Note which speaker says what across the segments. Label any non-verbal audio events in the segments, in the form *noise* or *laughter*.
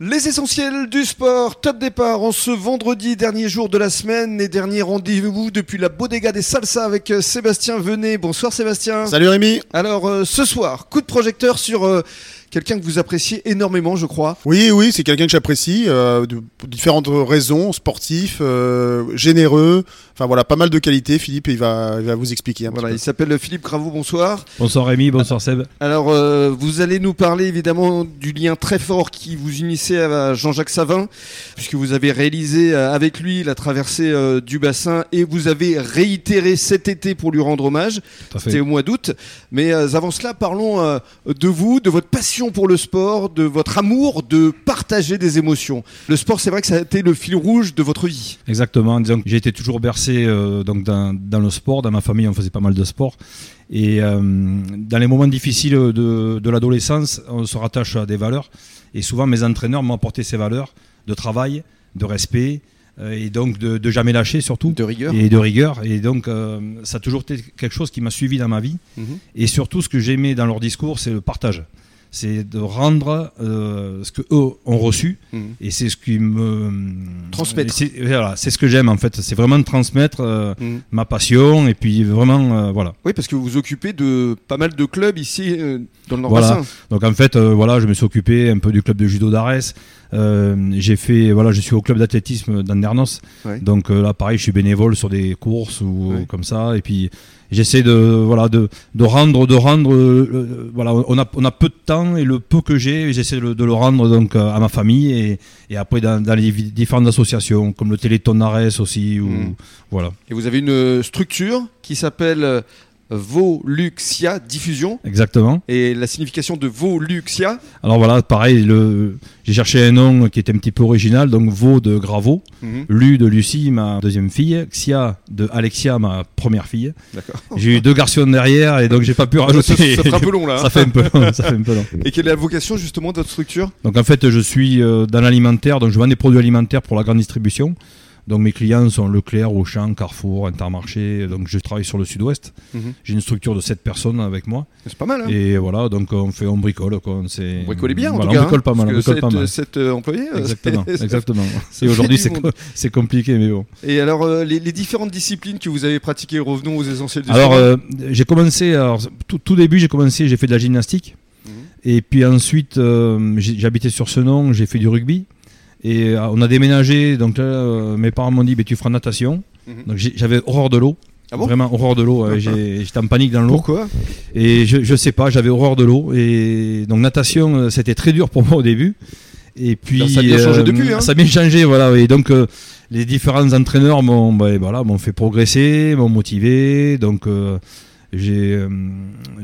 Speaker 1: Les essentiels du sport, top départ en ce vendredi, dernier jour de la semaine et dernier rendez-vous depuis la Bodega des Salsas avec euh, Sébastien Venet. Bonsoir Sébastien.
Speaker 2: Salut Rémi
Speaker 1: Alors euh, ce soir, coup de projecteur sur euh, quelqu'un que vous appréciez énormément, je crois.
Speaker 2: Oui, oui, c'est quelqu'un que j'apprécie, euh, de- pour différentes raisons, sportif, euh, généreux, enfin voilà, pas mal de qualités. Philippe, il va, il va vous expliquer un
Speaker 1: Voilà, il
Speaker 2: petit
Speaker 1: s'appelle euh, Philippe Cravot, bonsoir.
Speaker 3: Bonsoir Rémi, bonsoir Seb.
Speaker 1: Alors euh, vous allez nous parler évidemment du lien très fort qui vous unissait à Jean-Jacques Savin, puisque vous avez réalisé euh, avec lui la traversée euh, du bassin et vous avez réitéré cet été pour lui rendre hommage.
Speaker 3: Tout à fait.
Speaker 1: C'était au mois d'août. Mais euh, avant cela, parlons euh, de vous, de votre passion pour le sport, de votre amour de partager des émotions. Le sport, c'est vrai que ça a été le fil rouge de votre vie.
Speaker 3: Exactement. Disons que j'ai été toujours bercé euh, donc dans, dans le sport. Dans ma famille, on faisait pas mal de sport. Et euh, dans les moments difficiles de, de l'adolescence, on se rattache à des valeurs. Et souvent, mes entraîneurs m'ont apporté ces valeurs de travail, de respect euh, et donc de, de jamais lâcher surtout.
Speaker 1: De rigueur.
Speaker 3: Et de rigueur. Et donc, euh, ça a toujours été quelque chose qui m'a suivi dans ma vie.
Speaker 1: Mhm.
Speaker 3: Et surtout, ce que j'aimais dans leur discours, c'est le partage. C'est de rendre euh, ce que eux ont reçu
Speaker 1: Mhm.
Speaker 3: et c'est ce qui me
Speaker 1: Transmettre.
Speaker 3: C'est, voilà, c'est ce que j'aime en fait. C'est vraiment de transmettre euh,
Speaker 1: Mhm.
Speaker 3: ma passion et puis vraiment euh, voilà.
Speaker 1: Oui, parce que vous vous occupez de pas mal de clubs ici euh, dans le
Speaker 3: Voilà.
Speaker 1: Nord-Bassin.
Speaker 3: Donc en fait, euh, voilà, je me suis occupé un peu du club de judo d'Arès. Euh, j'ai fait, voilà, je suis au club d'athlétisme d'Andernos.
Speaker 1: Ouais.
Speaker 3: Donc euh, là, pareil, je suis bénévole sur des courses ou euh,
Speaker 1: Ouais.
Speaker 3: comme ça. Et puis j'essaie de, voilà, de, de rendre, de rendre. euh, euh, voilà, on a, on a peu de temps et le peu que j'ai, j'essaie de, le- de le rendre donc euh, à ma famille et, et après dans, dans les vi- différentes associations comme le Téléthon d'Arès aussi ou
Speaker 1: Mhm.
Speaker 3: voilà.
Speaker 1: Et vous avez une euh, structure qui s'appelle euh, Voluxia Diffusion.
Speaker 3: Exactement.
Speaker 1: Et la signification de Voluxia,
Speaker 3: Alors voilà, pareil, le- j'ai cherché un nom qui était un petit peu original, donc Vaux de Gravaux,
Speaker 1: Mhm.
Speaker 3: Lu de Lucie, ma deuxième fille, Xia de Alexia, ma première fille.
Speaker 1: d'accord.
Speaker 3: *laughs* J'ai eu deux garçons derrière et donc j'ai pas pu
Speaker 1: *laughs* euh, Ça, ça
Speaker 3: rajouter. *laughs*
Speaker 1: fait un peu long là. hein.
Speaker 3: Ah, Ça fait un peu long, ça fait un peu long.
Speaker 1: Et quelle est la vocation justement de votre structure
Speaker 3: Donc en fait, je suis euh, dans l'alimentaire, donc je vends des produits alimentaires pour la grande distribution. Donc mes clients sont Leclerc, Auchan, Carrefour, Intermarché. Donc je travaille sur le sud-ouest.
Speaker 1: Mhm.
Speaker 3: J'ai une structure de 7 personnes avec moi.
Speaker 1: C'est pas mal. Hein
Speaker 3: Et voilà, donc on fait, on bricole. Quoi. On s'est-
Speaker 1: Vous bricolez bien en
Speaker 3: Voilà,
Speaker 1: tout cas.
Speaker 3: On bricole
Speaker 1: hein,
Speaker 3: pas mal.
Speaker 1: parce
Speaker 3: On
Speaker 1: que
Speaker 3: bricole pas
Speaker 1: sept-
Speaker 3: mal.
Speaker 1: sept, euh, employés, euh,
Speaker 3: Exactement,
Speaker 1: *laughs* c'est-
Speaker 3: exactement.
Speaker 1: ça
Speaker 3: Et
Speaker 1: fait
Speaker 3: aujourd'hui,
Speaker 1: du
Speaker 3: c'est
Speaker 1: monde.
Speaker 3: co- c'est compliqué, mais bon.
Speaker 1: Et alors, euh, les, les différentes disciplines que vous avez pratiquées, revenons aux essentiels du
Speaker 3: Alors,
Speaker 1: sport.
Speaker 3: euh, j'ai commencé, alors, tout, tout début, j'ai commencé, j'ai fait de la gymnastique.
Speaker 1: Mhm.
Speaker 3: Et puis ensuite, euh, j'ai- j'habitais sur ce nom, j'ai fait du rugby. Et euh, on a déménagé, donc là, euh, mes parents m'ont dit, mais tu feras natation.
Speaker 1: Mhm.
Speaker 3: Donc j'ai- j'avais horreur de l'eau.
Speaker 1: Ah bon
Speaker 3: Vraiment horreur de l'eau. euh, j'ai- J'étais en panique dans l'eau.
Speaker 1: Pourquoi
Speaker 3: Et je, je sais pas, j'avais horreur de l'eau. Et donc natation, euh, c'était très dur pour moi au début. Et puis euh,
Speaker 1: Ben, ça a bien changé depuis, hein.
Speaker 3: Ça a bien changé, voilà. Et donc euh, les différents entraîneurs m'ont, ben, voilà, m'ont fait progresser, m'ont motivé. Donc euh, j'ai, euh,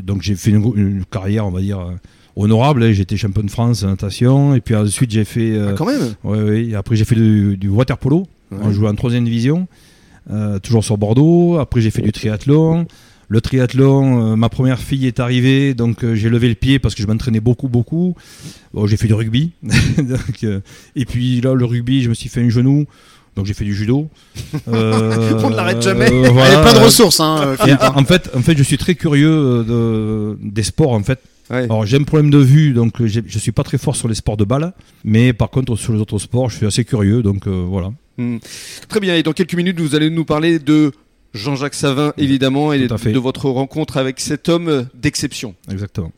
Speaker 3: donc j'ai fait une, gro- une carrière, on va dire. euh, Honorable, hein. j'étais champion de France de natation, et puis ensuite j'ai fait. euh,
Speaker 1: Ah, Quand même
Speaker 3: ouais, ouais, après j'ai fait du, du water polo, on jouait en troisième division, euh, toujours sur Bordeaux. Après, j'ai fait du triathlon. Le triathlon, euh, ma première fille est arrivée, donc euh, j'ai levé le pied parce que je m'entraînais beaucoup, beaucoup. Bon, j'ai fait du rugby. *laughs* Donc, euh, et puis là, le rugby, je me suis fait un genou, donc j'ai fait
Speaker 1: *laughs*
Speaker 3: du judo. Euh,
Speaker 1: On ne l'arrête jamais.
Speaker 3: euh,
Speaker 2: peu.
Speaker 3: voilà.
Speaker 2: Il y a plein de ressources, hein,
Speaker 3: Et
Speaker 2: Philippe.
Speaker 3: en, en fait, en fait, je suis très curieux euh, de, des sports, en fait.
Speaker 1: Ouais.
Speaker 3: Alors j'ai un problème de vue, donc euh, j'ai- je suis pas très fort sur les sports de balle, mais par contre sur les autres sports, je suis assez curieux, donc euh, voilà.
Speaker 1: Hmm. Très bien, et dans quelques minutes, vous allez nous parler de Jean-Jacques Savin, évidemment, et
Speaker 3: Tout à fait.
Speaker 1: de votre rencontre avec cet homme d'exception.
Speaker 3: Exactement.